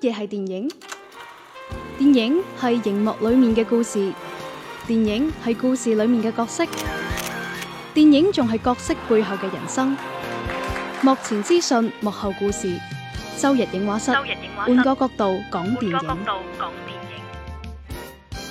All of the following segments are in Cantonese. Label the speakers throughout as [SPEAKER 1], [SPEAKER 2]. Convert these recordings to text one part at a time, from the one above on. [SPEAKER 1] 嘢係電影？電影係熒幕裡面嘅故事，電影係故事裡面嘅角色，電影仲係角色背後嘅人生。幕前資訊，幕後故事。周日映畫室，
[SPEAKER 2] 周日映畫室
[SPEAKER 1] 換個角度講電
[SPEAKER 2] 換個角
[SPEAKER 1] 影。
[SPEAKER 2] 度講電影。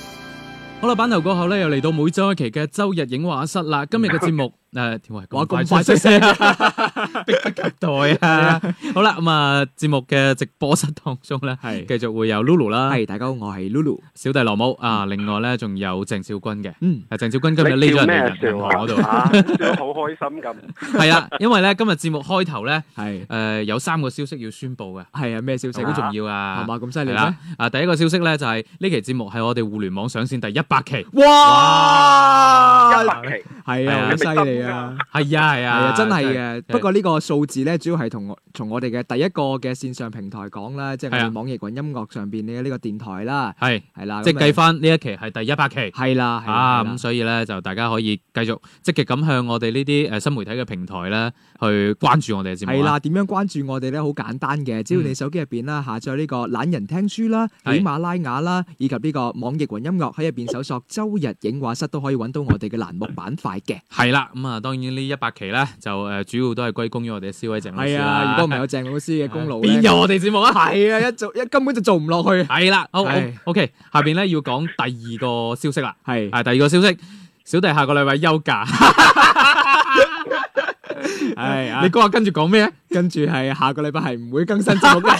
[SPEAKER 3] 好啦，版頭過後咧，又嚟到每周一期嘅周日影畫室啦。今日嘅節目誒，點解
[SPEAKER 4] 哇
[SPEAKER 3] 快
[SPEAKER 4] 咁快
[SPEAKER 3] 出
[SPEAKER 4] 出
[SPEAKER 3] 聲
[SPEAKER 4] 聲
[SPEAKER 3] 啊？ 迫不及待啊！好啦，咁啊，節目嘅直播室當中咧，
[SPEAKER 4] 係
[SPEAKER 3] 繼續會有 Lulu 啦，
[SPEAKER 4] 係，大家好，我係 Lulu。
[SPEAKER 3] 小弟羅姆啊，另外咧仲有鄭少君嘅。
[SPEAKER 4] 嗯，
[SPEAKER 3] 啊，鄭少君今日匿咗
[SPEAKER 5] 叫咩
[SPEAKER 3] 人哋銀
[SPEAKER 5] 笑
[SPEAKER 3] 行
[SPEAKER 5] 啊？
[SPEAKER 3] 嗰度，
[SPEAKER 5] 嚇笑得好開心咁。
[SPEAKER 3] 係啊，因為咧今日節目開頭咧，
[SPEAKER 4] 係
[SPEAKER 3] 誒有三個消息要宣佈嘅，
[SPEAKER 4] 係啊，咩消息
[SPEAKER 3] 好重要啊
[SPEAKER 4] 係，嘛？咁犀利
[SPEAKER 3] 係
[SPEAKER 4] 咩
[SPEAKER 3] 啦？，啊第一個消息咧就係呢期節目係我哋互聯網上線第一百期，
[SPEAKER 4] 哇
[SPEAKER 5] 一百期
[SPEAKER 4] 係
[SPEAKER 3] à,
[SPEAKER 4] 啊，好犀利
[SPEAKER 3] 係
[SPEAKER 4] 啊！
[SPEAKER 3] 啊係
[SPEAKER 4] 係
[SPEAKER 3] 啊
[SPEAKER 4] 啊，，à. 真係
[SPEAKER 3] à, 係
[SPEAKER 4] 嘅。不過呢個數字咧，主要係同我從我哋嘅第一個嘅線上平台講啦，即係我
[SPEAKER 3] 係啊
[SPEAKER 4] 哋網易雲音樂上邊嘅呢個電台啦，
[SPEAKER 3] 係
[SPEAKER 4] 係啦，
[SPEAKER 3] 即係
[SPEAKER 4] 啊咁
[SPEAKER 3] 計翻呢一期係第一百期。
[SPEAKER 4] 係啦，係啦
[SPEAKER 3] 啊，
[SPEAKER 4] 係啦
[SPEAKER 3] 咁所以咧就大家可以繼續積極咁向我哋呢啲誒呃新媒體嘅平台咧去關注我哋嘅節目啊
[SPEAKER 4] 係
[SPEAKER 3] 啦。
[SPEAKER 4] 啦，點樣關注我哋咧？好簡單嘅，只要你手機入邊啦，下載呢個懶人聽書啦、
[SPEAKER 3] 嗯係
[SPEAKER 4] 喜馬拉雅啦，以及呢個網易雲音樂喺入邊搜索周日影畫室都可以揾到我哋嘅欄目板塊嘅。
[SPEAKER 3] 係啦，咁啊當然呢一百期咧就誒主要都係歸功於我哋嘅 C 位鄭老師
[SPEAKER 4] 係
[SPEAKER 3] 啦。
[SPEAKER 4] 啊，如果唔係有鄭老師嘅功勞咧，
[SPEAKER 3] 邊有我哋節目啊？
[SPEAKER 4] 係啊，一做一根本就做唔落去。
[SPEAKER 3] 係啦，好
[SPEAKER 4] 係
[SPEAKER 3] OK，下邊咧要講第二個消息啦。
[SPEAKER 4] 係
[SPEAKER 3] 啊，第二個消息，小弟下個禮拜休假，
[SPEAKER 4] 係啊
[SPEAKER 3] 你，嗰日跟住講咩？
[SPEAKER 4] 跟住係下個禮拜係唔會更新節目嘅。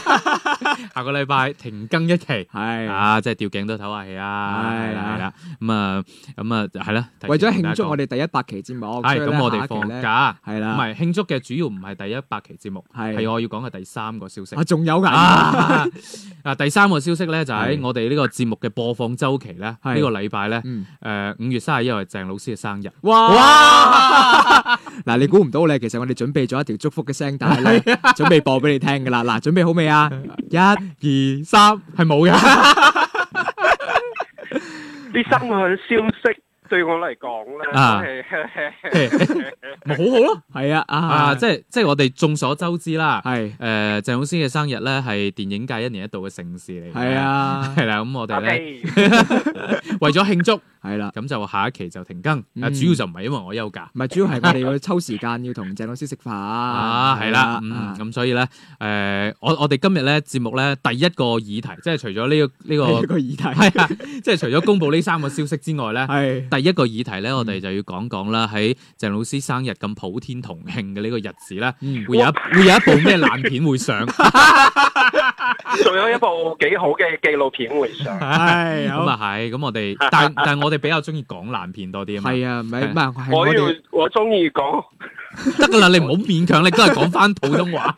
[SPEAKER 3] 下個禮拜停更一期。
[SPEAKER 4] 係。
[SPEAKER 3] 啊，即 係吊頸都唞下氣啊，
[SPEAKER 4] 哎係
[SPEAKER 3] 係啦係啦，咁啊咁啊係啦，
[SPEAKER 4] 為咗慶祝我
[SPEAKER 3] 哋
[SPEAKER 4] 哋第一百期節目，
[SPEAKER 3] 係咁，我哋放假，
[SPEAKER 4] 係
[SPEAKER 3] 唔
[SPEAKER 4] 啦，
[SPEAKER 3] 係慶祝嘅主要唔係第一百期節目，
[SPEAKER 4] 係
[SPEAKER 3] 係我要講嘅第三個消息
[SPEAKER 4] 啊，。仲有㗎，
[SPEAKER 3] 啊！ 啊，第三個消息咧就喺
[SPEAKER 4] 係
[SPEAKER 3] 我哋呢個節目嘅播放周期咧，呢個
[SPEAKER 4] 係
[SPEAKER 3] 禮拜咧，
[SPEAKER 4] 嗯，
[SPEAKER 3] 誒五月三十一號係鄭老師嘅生日。
[SPEAKER 4] 哇！ 嗱，你估唔到咧，其實我哋準備咗一條祝福嘅聲帶咧，準備播俾你聽噶啦。嗱，準備好未啊？一、二、三，
[SPEAKER 3] 係冇 嘅，
[SPEAKER 5] 呢三個消息對我嚟講 咧，
[SPEAKER 3] 啊
[SPEAKER 5] 真係
[SPEAKER 3] 咪好好咯。
[SPEAKER 4] 係啊，
[SPEAKER 3] 啊，
[SPEAKER 4] 啊，
[SPEAKER 3] 即係即係我哋眾所周知啦。
[SPEAKER 4] 係
[SPEAKER 3] 誒，鄭老師嘅生日咧係電影界一年一度嘅盛事嚟。
[SPEAKER 4] 係，啊，
[SPEAKER 3] 係啦。咁我哋咧。
[SPEAKER 5] OK，
[SPEAKER 3] 為咗慶祝，
[SPEAKER 4] 係啦，
[SPEAKER 3] 咁就下一期就停更。啊、
[SPEAKER 4] 嗯
[SPEAKER 3] 主要就唔係因為我休假
[SPEAKER 4] 唔係主要係我哋要抽時間要同鄭老師食飯
[SPEAKER 3] 啊，係啦，
[SPEAKER 4] 係
[SPEAKER 3] 嗯
[SPEAKER 4] 啊
[SPEAKER 3] 咁、所以咧，誒、我我哋今日咧節目咧第一個議題，即係除咗呢、個呢、
[SPEAKER 4] 呢
[SPEAKER 3] 個
[SPEAKER 4] 個議題
[SPEAKER 3] 係啊，即係除咗公佈呢三個消息之外 咧。
[SPEAKER 4] 係
[SPEAKER 3] 第一個議題咧，我哋就要講講啦。喺鄭老師生日咁普天同慶嘅呢個日子咧，
[SPEAKER 4] 嗯
[SPEAKER 3] 會有一會有一部咩爛片會上？
[SPEAKER 5] 仲有一部幾好嘅紀錄片會上。
[SPEAKER 4] 係
[SPEAKER 3] 咁
[SPEAKER 4] 好
[SPEAKER 3] 啊係，咁我哋但但我哋比較中意講爛片多啲啊嘛。
[SPEAKER 4] 係啊，唔係唔係係
[SPEAKER 5] 我
[SPEAKER 4] 我
[SPEAKER 5] 要
[SPEAKER 4] 哋
[SPEAKER 5] 我中意講
[SPEAKER 3] 得噶啦，你唔好勉強，你都係講翻普通話。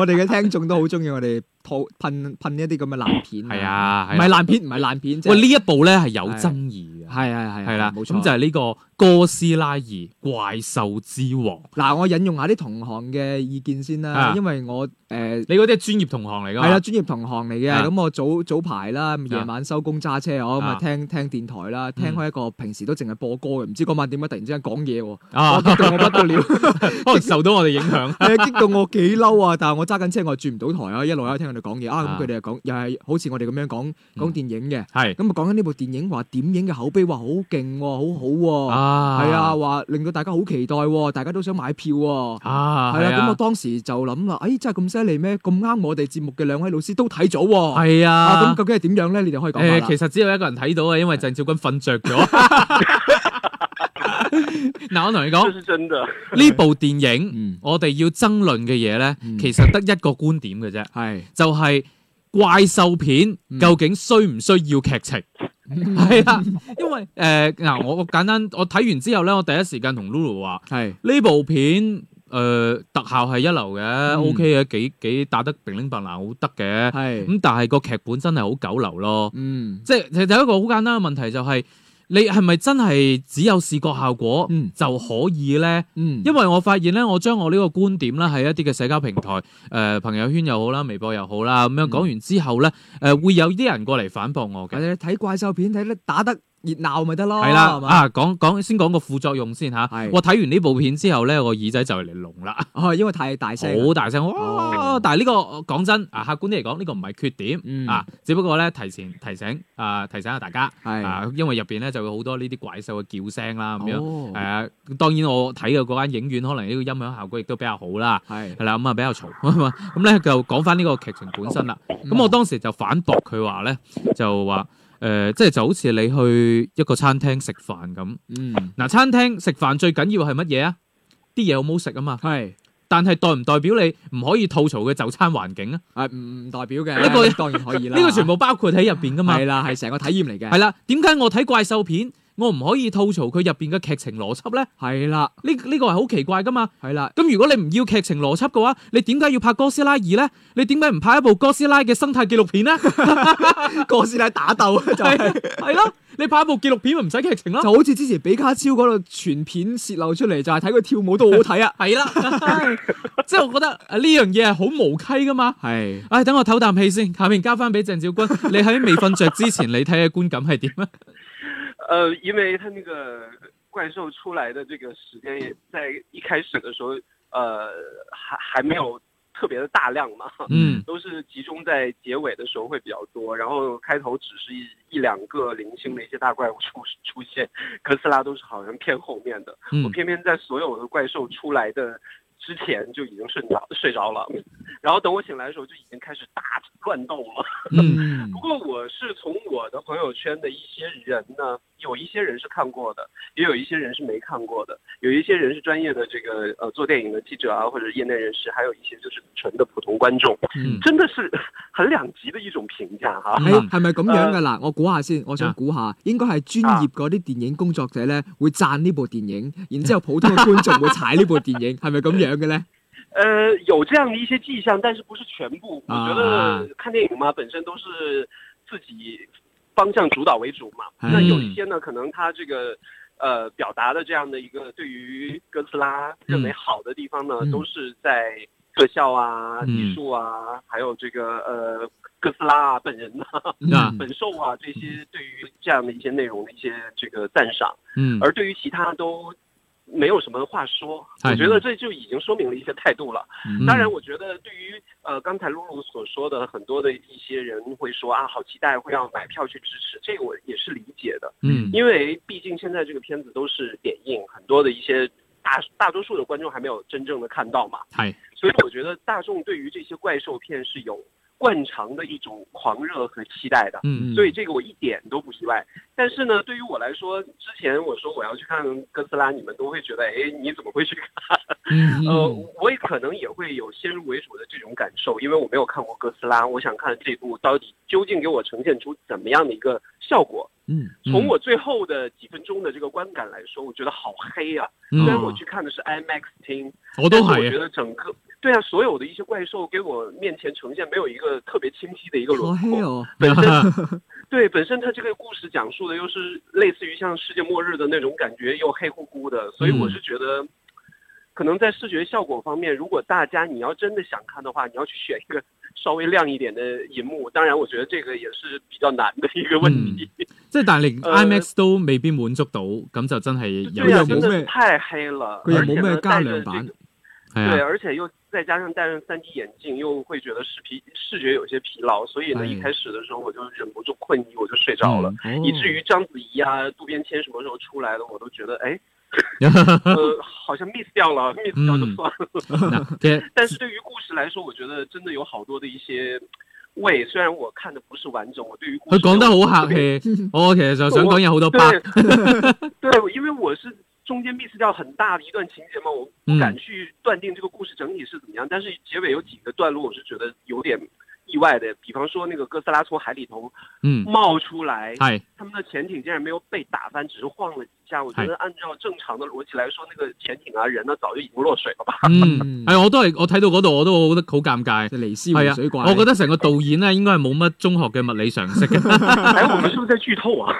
[SPEAKER 4] 我哋嘅聽眾都好中意我哋吐噴噴一啲咁嘅爛片。
[SPEAKER 3] 係，啊，係啊
[SPEAKER 4] 嗯唔係爛片，唔係爛片，即係
[SPEAKER 3] 喂，呢一部咧係有爭議嘅，
[SPEAKER 4] 係係係
[SPEAKER 3] 係啦，
[SPEAKER 4] 嗯冇
[SPEAKER 3] 咁
[SPEAKER 4] 錯
[SPEAKER 3] 就。係呢個《哥斯拉二怪獸之王》，
[SPEAKER 4] 嗱，我引用下啲同行嘅意見先
[SPEAKER 3] 啊
[SPEAKER 4] 啦，因為我誒
[SPEAKER 3] 你嗰啲係專業同行嚟㗎
[SPEAKER 4] 係
[SPEAKER 3] 嘛？
[SPEAKER 4] 啦，專業同行嚟嘅，
[SPEAKER 3] 啊
[SPEAKER 4] 咁我早早排啦，咁夜晚收工揸車，我咁
[SPEAKER 3] 啊嗯
[SPEAKER 4] 啊聽聽電台啦，聽開一個平時都淨係播歌嘅，唔知嗰晚點解突然之間講嘢喎，
[SPEAKER 3] 啊
[SPEAKER 4] 我，激到我不得了，。
[SPEAKER 3] 可能受到我哋影響
[SPEAKER 4] 係啊激到我幾嬲啊！但係我揸緊車，我轉唔到台啊，一路喺度聽佢哋講嘢
[SPEAKER 3] 啊嗯
[SPEAKER 4] 啊，咁佢哋又講又係好似我哋咁樣講講電影嘅，
[SPEAKER 3] 係
[SPEAKER 4] 咁啊講緊呢部電影話點影嘅口碑話好勁喎，好好喎，
[SPEAKER 3] 啊，
[SPEAKER 4] 係啊，話令到大家好期待喎，大家都想買票喎。
[SPEAKER 3] 啊，
[SPEAKER 4] 係
[SPEAKER 3] 係
[SPEAKER 4] 啦，咁我
[SPEAKER 3] 啊，
[SPEAKER 4] 當時就諗啦，誒真係咁犀利咩？咁啱我哋節目嘅兩位老師都睇咗喎。
[SPEAKER 3] 係
[SPEAKER 4] 啊，
[SPEAKER 3] 啊
[SPEAKER 4] 咁。究竟係點樣咧？你哋可以講下
[SPEAKER 3] 誒，
[SPEAKER 4] 啦
[SPEAKER 3] 其。實只有一個人睇到啊，因為鄭少君瞓着 咗。嗱，我同你
[SPEAKER 5] 這
[SPEAKER 3] 講，
[SPEAKER 5] 是真的，
[SPEAKER 3] 呢部電影
[SPEAKER 4] 嗯，
[SPEAKER 3] 我哋要爭論嘅嘢咧，
[SPEAKER 4] 嗯
[SPEAKER 3] 其實得一個觀點嘅啫，
[SPEAKER 4] 係
[SPEAKER 3] 就係怪獸片
[SPEAKER 4] 嗯
[SPEAKER 3] 究竟需唔需要劇情？係 啦，因為誒嗱、我我簡單我睇完之後咧，我第一時間同 Lulu 話
[SPEAKER 4] 係
[SPEAKER 3] 呢部片誒、呃特效係一流嘅、o k 嘅，幾幾打得平零白拿好得嘅，
[SPEAKER 4] 嗯係，
[SPEAKER 3] 咁但係個劇本真係好九流咯，
[SPEAKER 4] 嗯
[SPEAKER 3] 即係其實有一個好簡單嘅問題就係、你係咪真係只有視覺效果、
[SPEAKER 4] 嗯
[SPEAKER 3] 就可以咧？
[SPEAKER 4] 嗯，
[SPEAKER 3] 因為我發現咧，我將我呢個觀點咧喺一啲嘅社交平台，誒、朋友圈又好啦，微博又好啦，咁樣
[SPEAKER 4] 嗯
[SPEAKER 3] 呃講完之後咧，誒、會有啲人過嚟反駁我嘅
[SPEAKER 4] 或。者睇怪獸片睇得打得熱鬧咪得咯，
[SPEAKER 3] 系啦
[SPEAKER 4] 係，哦嘛，
[SPEAKER 3] 啊講講先講個副作用先吓。
[SPEAKER 4] 係
[SPEAKER 3] 我睇完呢部片之後咧，我耳仔就嚟聾啦，
[SPEAKER 4] 哦，因為太大聲，
[SPEAKER 3] 好大聲哇！
[SPEAKER 4] 哦
[SPEAKER 3] 但係呢個講真啊，客觀啲嚟講，呢個唔係缺點
[SPEAKER 4] 嗯
[SPEAKER 3] 啊，只不過咧提前提醒啊提醒下大家
[SPEAKER 4] 係
[SPEAKER 3] 啊，因為入邊咧就會好多呢啲怪獸嘅叫聲啦咁樣。
[SPEAKER 4] 哦
[SPEAKER 3] 係啊，當然我睇嘅嗰間影院可能呢個音響效果亦都比較好啦。
[SPEAKER 4] 係
[SPEAKER 3] 係啦，咁啊比較嘈咁啊， 咁咧就講翻呢個劇情本身啦。
[SPEAKER 4] 嗯
[SPEAKER 3] 咁我當時就反駁佢話咧，就話誒、呃即係就好似你去一個餐廳食飯咁。
[SPEAKER 4] 嗯
[SPEAKER 3] 嗱，餐廳食飯最緊要係乜嘢啊？啲嘢好唔好食啊嘛。
[SPEAKER 4] 係
[SPEAKER 3] 但係代唔代表你唔可以吐槽嘅就餐環境啊？
[SPEAKER 4] 啊唔唔代表嘅，
[SPEAKER 3] 呢個
[SPEAKER 4] 咁 當然可以
[SPEAKER 3] 呢
[SPEAKER 4] 啦，
[SPEAKER 3] 個全部包括喺入邊噶嘛。
[SPEAKER 4] 係啦，係成個體驗嚟嘅
[SPEAKER 3] 係，啦，點解我睇怪獸片，我唔可以吐槽佢入邊嘅劇情邏輯咧？
[SPEAKER 4] 係啦
[SPEAKER 3] 呢呢個係好奇怪噶嘛。
[SPEAKER 4] 係啦，
[SPEAKER 3] 咁如果你唔要劇情邏輯嘅話，你點解要拍哥斯拉二咧？你點解唔拍一部哥斯拉嘅生態紀錄片咧？
[SPEAKER 4] 哥斯拉打鬥就係
[SPEAKER 3] 係咯，你拍一部紀錄片咪唔使劇情咯。！
[SPEAKER 4] 就好似之前比卡超嗰度全片泄漏出嚟，就係睇佢跳舞都好好睇啊
[SPEAKER 3] 係啦， 即係我覺得啊呢樣嘢係好無稽噶嘛。
[SPEAKER 4] 係
[SPEAKER 3] 唉，等我唞啖氣先，下面交翻俾鄭少君。你喺未瞓着之前，你睇嘅觀感係點啊？
[SPEAKER 5] 呃，因为他那个怪兽出来的这个时间也在一开始的时候，呃，还还没有特别的大量嘛，
[SPEAKER 3] 嗯
[SPEAKER 5] 都是集中在结尾的时候会比较多，然后开头只是一一两个零星的一些大怪物出 出现，哥斯拉都是好像偏后面的，我
[SPEAKER 3] 嗯，
[SPEAKER 5] 偏偏在所有的怪兽出来的之前就已经睡着睡着了，然后等我醒来的时候就已经开始大乱斗了。
[SPEAKER 3] 嗯
[SPEAKER 5] 不过我是从我的朋友圈的一些人呢，有一些人是看过的，也有一些人是没看过的，有一些人是专业的这个呃做电影的记者啊，或者业内人士，还有一些就是纯的普通观众，
[SPEAKER 3] 嗯
[SPEAKER 5] 真的是很两极的一种评价哈、
[SPEAKER 3] 嗯啊
[SPEAKER 4] 係係咪咁樣噶嗱？我估下先，我想估下，應該係專業嗰啲電影工作者咧會讚呢部電影，然之後普通嘅觀眾會踩呢部電 影，係咪咁樣嘅咧？
[SPEAKER 5] 呃，有这样的一些迹象，但是不是全部。我觉
[SPEAKER 4] 啊
[SPEAKER 5] 得看电影嘛，本身都是自己方向主导为主嘛。
[SPEAKER 3] 哎
[SPEAKER 4] 嗯
[SPEAKER 5] 那有一些呢，可能他这个呃表达的这样的一个对于哥斯拉认为好的地方呢，
[SPEAKER 3] 嗯
[SPEAKER 5] 都是在特效啊、
[SPEAKER 3] 嗯
[SPEAKER 5] 技术啊，还有这个呃哥斯拉啊本人呐、
[SPEAKER 4] 嗯
[SPEAKER 3] 啊
[SPEAKER 5] 本兽啊这些对于这样的一些内容的一些这个赞赏。
[SPEAKER 3] 嗯
[SPEAKER 5] 而对于其他都没有什么话说。
[SPEAKER 3] 哎
[SPEAKER 5] 我觉得这就已经说明了一些态度了。
[SPEAKER 3] 嗯
[SPEAKER 5] 当呃然，我觉得对于呃刚才露露所说的很多的一些人会说啊，好期待，会要买票去支持，这个我也是理解的，
[SPEAKER 3] 嗯
[SPEAKER 5] 因为毕竟现在这个片子都是点映，很多的一些。大 大多数的观众还没有真正的看到嘛，
[SPEAKER 3] 係
[SPEAKER 5] 所以我觉得大众对于这些怪兽片是有惯常的一种狂热和期待的。
[SPEAKER 3] 嗯
[SPEAKER 5] 所以这个我一点都不意外。但是呢，对于我来说，之前我说我要去看哥斯拉，你们都会觉得，哎，你怎么会去看？
[SPEAKER 3] 嗯
[SPEAKER 5] 呃，我也可能也会有先入为主的这种感受，因为我没有看过哥斯拉，我想看这部到底究竟给我呈现出怎么样的一个效果。
[SPEAKER 4] 嗯，
[SPEAKER 5] 从我最后的几分钟的这个观感来说，我觉得好黑啊！虽然
[SPEAKER 3] 嗯
[SPEAKER 5] 我去看的是 IMAX 厅，
[SPEAKER 3] 我都
[SPEAKER 5] 但是我
[SPEAKER 3] 係
[SPEAKER 5] 觉
[SPEAKER 3] 啊，
[SPEAKER 5] 得整个对啊，所有的一些怪兽给我面前呈现没有一个特别清晰的一个
[SPEAKER 4] 好
[SPEAKER 5] 轮廓
[SPEAKER 4] 黑。哦，
[SPEAKER 5] 本身对，本身它这个故事讲述的又是类似于像世界末日的那种感觉，又黑乎乎的，所以我是觉得，可能在视觉效果方面，如果大家你要真的想看的话，你要去选一个稍微亮一点的银幕。当然，我觉得这个也是比较难的一个问题。
[SPEAKER 3] 即係但係連
[SPEAKER 5] 呃
[SPEAKER 3] IMAX 都未必滿足到，咁就真係嗯有
[SPEAKER 5] 对呀、
[SPEAKER 4] 又
[SPEAKER 5] 真
[SPEAKER 4] 冇
[SPEAKER 5] 的
[SPEAKER 4] 咩
[SPEAKER 5] 是太黑了，
[SPEAKER 4] 佢又
[SPEAKER 5] 而且
[SPEAKER 4] 冇咩
[SPEAKER 5] 呢
[SPEAKER 4] 加
[SPEAKER 5] 戴着
[SPEAKER 4] 量
[SPEAKER 5] 这
[SPEAKER 4] 版
[SPEAKER 5] 个，对，
[SPEAKER 3] 係啊，
[SPEAKER 5] 而且又再加上戴上 3D 眼镜，又会觉得视疲视觉有些疲劳，所以
[SPEAKER 4] 哎
[SPEAKER 5] 呢，一开始的时候我就忍不住困意，我就睡着了。
[SPEAKER 4] 哦
[SPEAKER 5] 以至于章子怡啊、渡边谦什么时候出来的，我都觉得哎，呃，好像 miss 掉了，miss 掉就算了。
[SPEAKER 3] 嗯嗱，其實
[SPEAKER 5] 但是对于故事来说，我觉得真的有好多的一些味，虽然我看的不是完整，我对于故
[SPEAKER 3] 佢
[SPEAKER 5] 事
[SPEAKER 3] 講得
[SPEAKER 5] 有
[SPEAKER 3] 好客氣，我其實就想講有好多 bug，
[SPEAKER 5] 对对， 因为我是中间 miss 掉很大的一段情节嘛，我不敢去断定这个故事整体是怎么样，但是结尾有几个段落我是觉得有点意外的，比方说那个哥斯拉从海里头
[SPEAKER 3] 嗯
[SPEAKER 5] 冒出来，
[SPEAKER 3] 係
[SPEAKER 5] 他们的潜艇竟然没有被打翻，只是晃了几下。我觉得按照正常的逻辑来说，那个潜艇啊人呢早就已经落水了吧？
[SPEAKER 3] 嗯係我都係我睇到嗰度我都覺得好尷尬。
[SPEAKER 4] 就尼斯
[SPEAKER 3] 係
[SPEAKER 4] 湖
[SPEAKER 3] 啊
[SPEAKER 4] 水，怪，
[SPEAKER 3] 我覺得成個導演咧應該係冇乜中學嘅物理常識 嘅，呢
[SPEAKER 5] 哎，我们是不是在剧透 啊？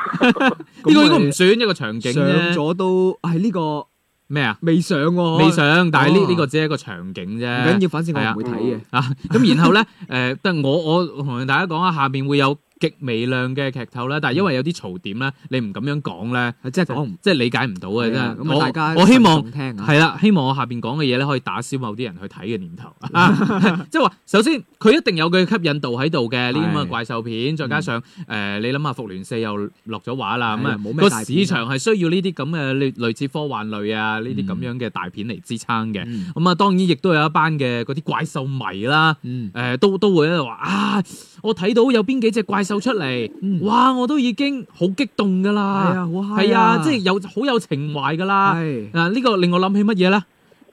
[SPEAKER 3] 個應該唔算一個場景
[SPEAKER 4] 上
[SPEAKER 3] 啫。
[SPEAKER 4] 咗都係呢個
[SPEAKER 3] 咩啊？
[SPEAKER 4] 未上喎，
[SPEAKER 3] 未上，但係
[SPEAKER 4] 哦
[SPEAKER 3] 呢呢個只係一個場景啫。
[SPEAKER 4] 唔緊要，反正
[SPEAKER 3] 係啊
[SPEAKER 4] 我唔
[SPEAKER 5] 嗯
[SPEAKER 4] 會睇嘅。
[SPEAKER 3] 啊，咁然後咧，誒、得我我同大家講啊，下邊會有極微量嘅劇透啦，但係因為有啲槽點咧，你唔咁樣講咧，
[SPEAKER 4] 係真係講唔
[SPEAKER 3] 即係理解唔到嘅
[SPEAKER 4] 係啊
[SPEAKER 3] 真
[SPEAKER 4] 咁啊，大
[SPEAKER 3] 係。
[SPEAKER 4] 家
[SPEAKER 3] 我我希望
[SPEAKER 4] 慎重聽啊，
[SPEAKER 3] 係啦，希望我下邊講嘅嘢咧可以打消某啲人去睇嘅念 頭。啊即係話，首先佢一定有佢嘅吸引度喺度嘅呢啲咁嘅
[SPEAKER 4] 係嗯
[SPEAKER 3] 怪獸片，再加上誒、呃你諗下《復聯四》又落咗畫啦，咁
[SPEAKER 4] 係
[SPEAKER 3] 啊
[SPEAKER 4] 啊冇咩
[SPEAKER 3] 個
[SPEAKER 4] 大
[SPEAKER 3] 市
[SPEAKER 4] 片啊
[SPEAKER 3] 場係需要呢啲咁嘅類類似科幻類啊呢啲咁樣嘅大片嚟支撐嘅。
[SPEAKER 4] 嗯
[SPEAKER 3] 咁啊，當然亦都有一班嘅嗰啲怪獸迷啦。
[SPEAKER 4] 嗯
[SPEAKER 3] 誒、都都會喺度話啊！我睇到有邊幾隻怪獸出嚟，
[SPEAKER 4] 嗯
[SPEAKER 3] 哇！我都已經好激動㗎
[SPEAKER 4] 係
[SPEAKER 3] 啦，
[SPEAKER 4] 啊，好嗨
[SPEAKER 3] 係啊，即係有好有情懷㗎啦。
[SPEAKER 4] 係
[SPEAKER 3] 啊！呢、個令我諗起乜嘢咧？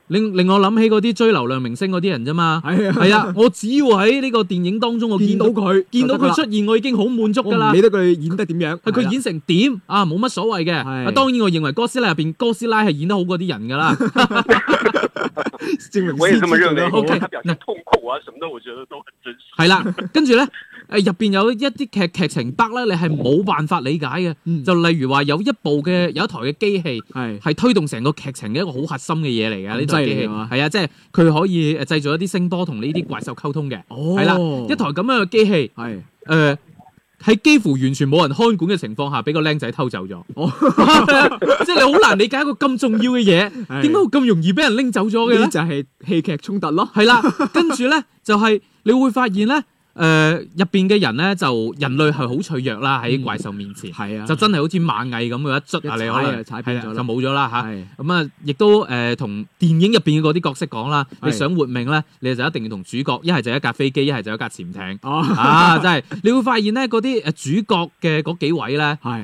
[SPEAKER 3] 令令我諗起嗰啲追流量明星嗰啲人啫嘛。
[SPEAKER 4] 係啊，
[SPEAKER 3] 係 啊，我只要喺呢個電影當中我見
[SPEAKER 4] 見到
[SPEAKER 3] 到
[SPEAKER 4] 佢，
[SPEAKER 3] 見到
[SPEAKER 4] 就得
[SPEAKER 3] 佢
[SPEAKER 4] 啦
[SPEAKER 3] 出現，我已經好滿足㗎
[SPEAKER 4] 我
[SPEAKER 3] 啦
[SPEAKER 4] 唔。理得佢演得點樣，
[SPEAKER 3] 係
[SPEAKER 4] 係
[SPEAKER 3] 佢
[SPEAKER 4] 啦
[SPEAKER 3] 演成點啊，冇乜所謂嘅。
[SPEAKER 4] 係
[SPEAKER 3] 啊，當然我認為哥斯拉入邊哥斯拉係演得好過啲人㗎啦。
[SPEAKER 4] 證明
[SPEAKER 5] 我也这么
[SPEAKER 4] 先知
[SPEAKER 5] 认为，
[SPEAKER 4] 道啦
[SPEAKER 5] 因为
[SPEAKER 3] OK
[SPEAKER 5] 他表现痛苦啊什么的，我觉得都很真实。
[SPEAKER 3] 係 啦，跟住咧，誒入邊有一啲劇劇情 bug 咧，你係冇辦法理解嘅。
[SPEAKER 4] 嗯
[SPEAKER 3] 就例如話有一部嘅有一台嘅機器。
[SPEAKER 4] 係
[SPEAKER 3] 係推動成個劇情嘅一個好核心嘅嘢嚟嘅，呢
[SPEAKER 4] 咁
[SPEAKER 3] 台機
[SPEAKER 4] 犀利
[SPEAKER 3] 器
[SPEAKER 4] 係嘛
[SPEAKER 3] 係啊，即係佢可以誒製造一啲聲波同呢啲怪獸溝通嘅，
[SPEAKER 4] 哦
[SPEAKER 3] 係啦、一台咁樣嘅機器，
[SPEAKER 4] 係
[SPEAKER 3] 誒喺幾乎完全冇人看管嘅情況下，俾個僆仔偷走咗，
[SPEAKER 4] 哦
[SPEAKER 3] 即係你好難理解一個咁重要嘅嘢，點解會咁容易俾人拎走咗嘅
[SPEAKER 4] 呢
[SPEAKER 3] 咧？
[SPEAKER 4] 就係戲劇衝突咯，
[SPEAKER 3] 係啦，跟住咧就係、你會發現咧，誒入邊嘅人咧就人類係好脆弱啦，喺怪獸面前。
[SPEAKER 4] 係啊，
[SPEAKER 3] 就真係好似螞蟻咁嘅一捽啊，
[SPEAKER 4] 一
[SPEAKER 3] 你
[SPEAKER 4] 踩
[SPEAKER 3] 可
[SPEAKER 4] 啊
[SPEAKER 3] 能係
[SPEAKER 4] 踩扁咗
[SPEAKER 3] 啊
[SPEAKER 4] 啦
[SPEAKER 3] 就冇咗啦嚇。
[SPEAKER 4] 係
[SPEAKER 3] 咁啊，亦都誒同、電影入邊嘅嗰啲角色講啦，
[SPEAKER 4] 係。
[SPEAKER 3] 你想活命咧，你就一定要同主角，一係就一架飛機，一係就一架潛艇
[SPEAKER 4] 哦，
[SPEAKER 3] 啊！真係，你會發現咧，嗰啲誒呃主角嘅嗰幾位咧，
[SPEAKER 4] 係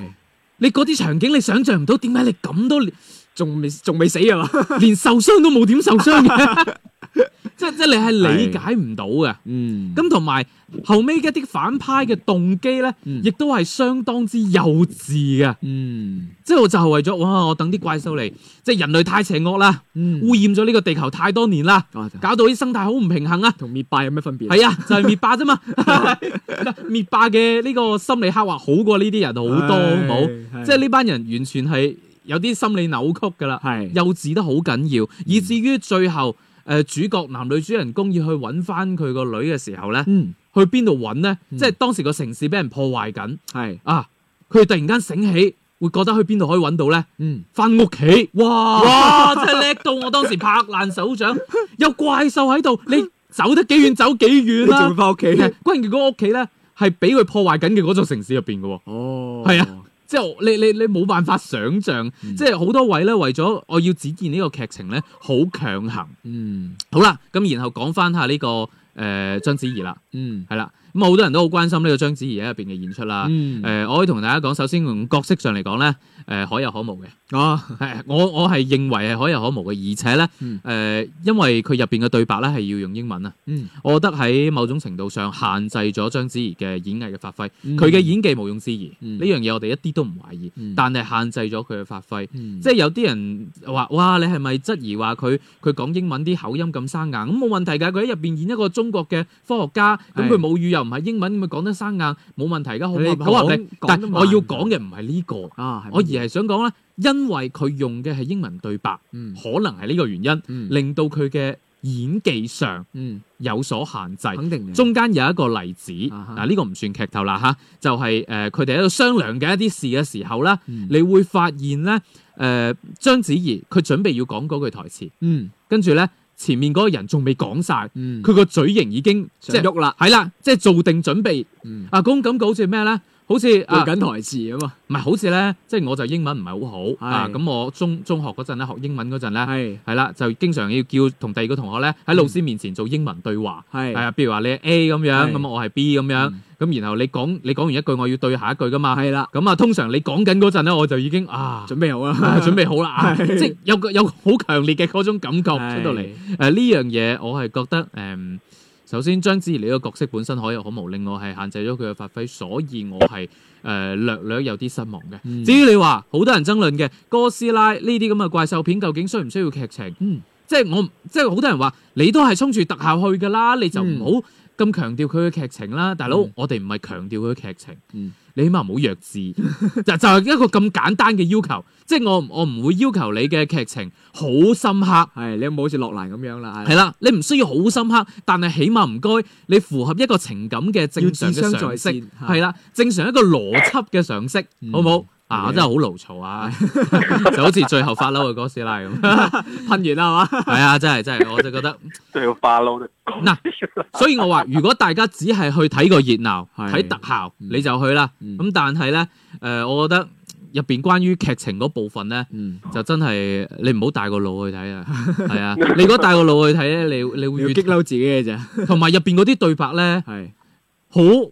[SPEAKER 3] 你嗰啲場景你想像唔到，點解你咁都連
[SPEAKER 4] 仲未仲未死啊嘛，
[SPEAKER 3] 連受傷都冇點受傷嘅？ 即即你係理解唔到嘅。
[SPEAKER 4] 嗯咁
[SPEAKER 3] 咁同埋後尾嘅一啲反派嘅動機咧，
[SPEAKER 4] 嗯
[SPEAKER 3] 亦都係相當之幼稚嘅。
[SPEAKER 4] 嗯
[SPEAKER 3] 即係我就係為咗哇，我等啲怪獸嚟，即係人類太邪惡啦，
[SPEAKER 4] 嗯
[SPEAKER 3] 污染咗呢個地球太多年啦，
[SPEAKER 4] 啊
[SPEAKER 3] 搞到啲生態好唔平衡啊！
[SPEAKER 4] 同滅霸有咩分別？
[SPEAKER 3] 係啊，就係、滅霸啫嘛， 滅霸嘅呢個心理刻畫好過呢啲人好多，好冇？
[SPEAKER 4] 冇
[SPEAKER 3] 即係呢班人完全係有啲心理扭曲㗎啦，
[SPEAKER 4] 係
[SPEAKER 3] 幼稚得好緊要，
[SPEAKER 4] 嗯
[SPEAKER 3] 以至於最後誒、呃主角男女主人公要去揾翻佢個女嘅時候咧，
[SPEAKER 4] 嗯
[SPEAKER 3] 去邊度揾咧？
[SPEAKER 4] 嗯
[SPEAKER 3] 即係當時個城市俾人破壞緊
[SPEAKER 4] 係
[SPEAKER 3] 啊！佢突然間醒起，會覺得去邊度可以揾到咧？
[SPEAKER 4] 嗯
[SPEAKER 3] 翻屋企，
[SPEAKER 4] 哇
[SPEAKER 3] 哇！真係叻到我當時拍爛手掌，有怪獸喺度，你走得幾遠走幾遠啊啦、
[SPEAKER 4] 你仲會翻屋
[SPEAKER 3] 其實
[SPEAKER 4] 企
[SPEAKER 3] 關鍵嗰個屋企咧，係俾佢破壞緊嘅嗰座城市入邊嘅喎，
[SPEAKER 4] 哦
[SPEAKER 3] 係啊即係我你你你冇辦法想像，
[SPEAKER 4] 嗯
[SPEAKER 3] 即係好多位咧為咗我要展現呢個劇情咧，好強行。
[SPEAKER 4] 嗯
[SPEAKER 3] 好啦，咁然後講翻下呢、個誒、呃、章子怡啦，
[SPEAKER 4] 嗯
[SPEAKER 3] 係啦，咁好多人都好關心呢個章子怡喺入邊嘅演出啦。誒、
[SPEAKER 4] 嗯
[SPEAKER 3] 我可以同大家講，首先從角色上嚟講咧，誒、可有可無嘅。
[SPEAKER 4] 啊
[SPEAKER 3] 係我我係認為係可有可無嘅，而且咧，誒、
[SPEAKER 4] 嗯
[SPEAKER 3] 因為佢入邊嘅對白咧係要用英文啊，
[SPEAKER 4] 嗯
[SPEAKER 3] 我覺得喺某種程度上限制咗章子怡嘅演藝嘅發揮。
[SPEAKER 4] 嗯
[SPEAKER 3] 佢嘅演技毋庸置疑，呢、
[SPEAKER 4] 嗯
[SPEAKER 3] 樣嘢我哋一啲都唔懷疑，
[SPEAKER 4] 嗯
[SPEAKER 3] 但係限制咗佢嘅發揮。
[SPEAKER 4] 嗯
[SPEAKER 3] 即係有啲人話：哇，你係咪質疑話佢佢講英文啲口音咁生硬？咁冇問題㗎，佢喺入邊演一個中國嘅科學家，咁
[SPEAKER 4] 係
[SPEAKER 3] 佢母語又唔係英文，咁咪講得生硬冇問題㗎，好
[SPEAKER 4] 你
[SPEAKER 3] 合好合理
[SPEAKER 4] 講。
[SPEAKER 3] 但
[SPEAKER 4] 講得
[SPEAKER 3] 係
[SPEAKER 4] 慢
[SPEAKER 3] 我要講嘅唔係呢個。
[SPEAKER 4] 啊
[SPEAKER 3] 我而係想講咧，因為佢用嘅係英文對白，
[SPEAKER 4] 嗯
[SPEAKER 3] 可能係呢個原因，
[SPEAKER 4] 嗯
[SPEAKER 3] 令到佢嘅演技上
[SPEAKER 4] 嗯
[SPEAKER 3] 有所限制。
[SPEAKER 4] 肯定嘅
[SPEAKER 3] 中間有一個例子，
[SPEAKER 4] 嗯啊哈
[SPEAKER 3] 嗱呢個唔算劇透啦嚇，就係誒佢哋喺度商量嘅一啲事嘅時候啦，
[SPEAKER 4] 嗯
[SPEAKER 3] 你會發現咧誒、呃章子怡佢準備要講嗰句台詞，
[SPEAKER 4] 嗯
[SPEAKER 3] 跟住咧前面嗰個人仲未講晒，
[SPEAKER 4] 嗯
[SPEAKER 3] 佢個嘴型已經即
[SPEAKER 4] 想
[SPEAKER 3] 係
[SPEAKER 4] 喐啦
[SPEAKER 3] 係啦，即係做定準備
[SPEAKER 4] 嗯
[SPEAKER 3] 啊！嗰種感覺好似咩咧？好似
[SPEAKER 4] 背
[SPEAKER 3] 啊
[SPEAKER 4] 緊台詞啊嘛
[SPEAKER 3] 唔係好似咧，即係我就英文唔係好好
[SPEAKER 4] 係
[SPEAKER 3] 啊。咁我中中學嗰陣咧學英文嗰陣咧，
[SPEAKER 4] 係
[SPEAKER 3] 係啦，就經常要叫同第二個同學咧喺老師面前做英文對話。係
[SPEAKER 4] 係
[SPEAKER 3] 啊，譬如話你係 A 咁樣，
[SPEAKER 4] 係
[SPEAKER 3] 咁我係 B 咁樣
[SPEAKER 4] 哎嗯，
[SPEAKER 3] 咁然後你講你講完一句，我要對下一句噶嘛。
[SPEAKER 4] 係啦
[SPEAKER 3] 咁啊，通常你講緊嗰陣咧，我就已經 啊。
[SPEAKER 4] 準備好啦
[SPEAKER 3] 啊準備好啦，啊即
[SPEAKER 4] 係
[SPEAKER 3] 係有個有個好強烈嘅嗰種感覺出到嚟。呃誒呢
[SPEAKER 4] 係
[SPEAKER 3] 樣嘢我係覺得誒、嗯首先章子怡呢個角色本身可有可無，令我係限制咗佢嘅發揮，所以我係誒、呃略略有啲失望嘅。
[SPEAKER 4] 嗯
[SPEAKER 3] 至於你話好多人爭論嘅哥斯拉呢啲咁嘅怪獸片，究竟需唔需要劇情？
[SPEAKER 4] 嗯
[SPEAKER 3] 即係我唔即係好多人話你都係衝住特效去㗎啦，你就唔好咁強調佢嘅劇情啦，大佬，
[SPEAKER 4] 嗯
[SPEAKER 3] 我哋唔係強調佢嘅劇情，
[SPEAKER 4] 嗯
[SPEAKER 3] 你起碼唔好弱智， 就就係一個咁簡單嘅要求，即係我唔我唔會要求你嘅劇情好深刻。
[SPEAKER 4] 係你有冇好似落難咁樣啦？
[SPEAKER 3] 係啦，你唔需要好深刻，但係起碼唔該，你符合一個情感嘅
[SPEAKER 4] 要
[SPEAKER 3] 正常
[SPEAKER 4] 智商
[SPEAKER 3] 嘅
[SPEAKER 4] 在
[SPEAKER 3] 常識，
[SPEAKER 4] 線，
[SPEAKER 3] 係啦，正常一個邏輯嘅常識，
[SPEAKER 4] 嗯
[SPEAKER 3] 好唔好？啊，
[SPEAKER 4] 好嘅
[SPEAKER 3] 我真係好牢嘈啊， 就好似最後發嬲嘅哥斯拉咁，
[SPEAKER 4] 噴完啦係嘛？
[SPEAKER 3] 係啊，真係真係，我就覺得，
[SPEAKER 5] 對我發嬲的。
[SPEAKER 3] 嗱，所以我話，如果大家只係去睇個熱鬧，
[SPEAKER 4] 係
[SPEAKER 3] 睇特效，
[SPEAKER 4] 嗯
[SPEAKER 3] 你就去啦。
[SPEAKER 4] 嗯
[SPEAKER 3] 咁但係咧，誒，我覺得呃入邊關於劇情嗰部分咧。
[SPEAKER 4] 嗯，
[SPEAKER 3] 就真係你唔好帶個腦去 睇啊，係啊！你如果帶個腦去睇咧，你你
[SPEAKER 4] 你要
[SPEAKER 3] 會
[SPEAKER 4] 激嬲自己嘅啫，
[SPEAKER 3] 同埋入邊嗰啲對白咧，
[SPEAKER 4] 係
[SPEAKER 3] 好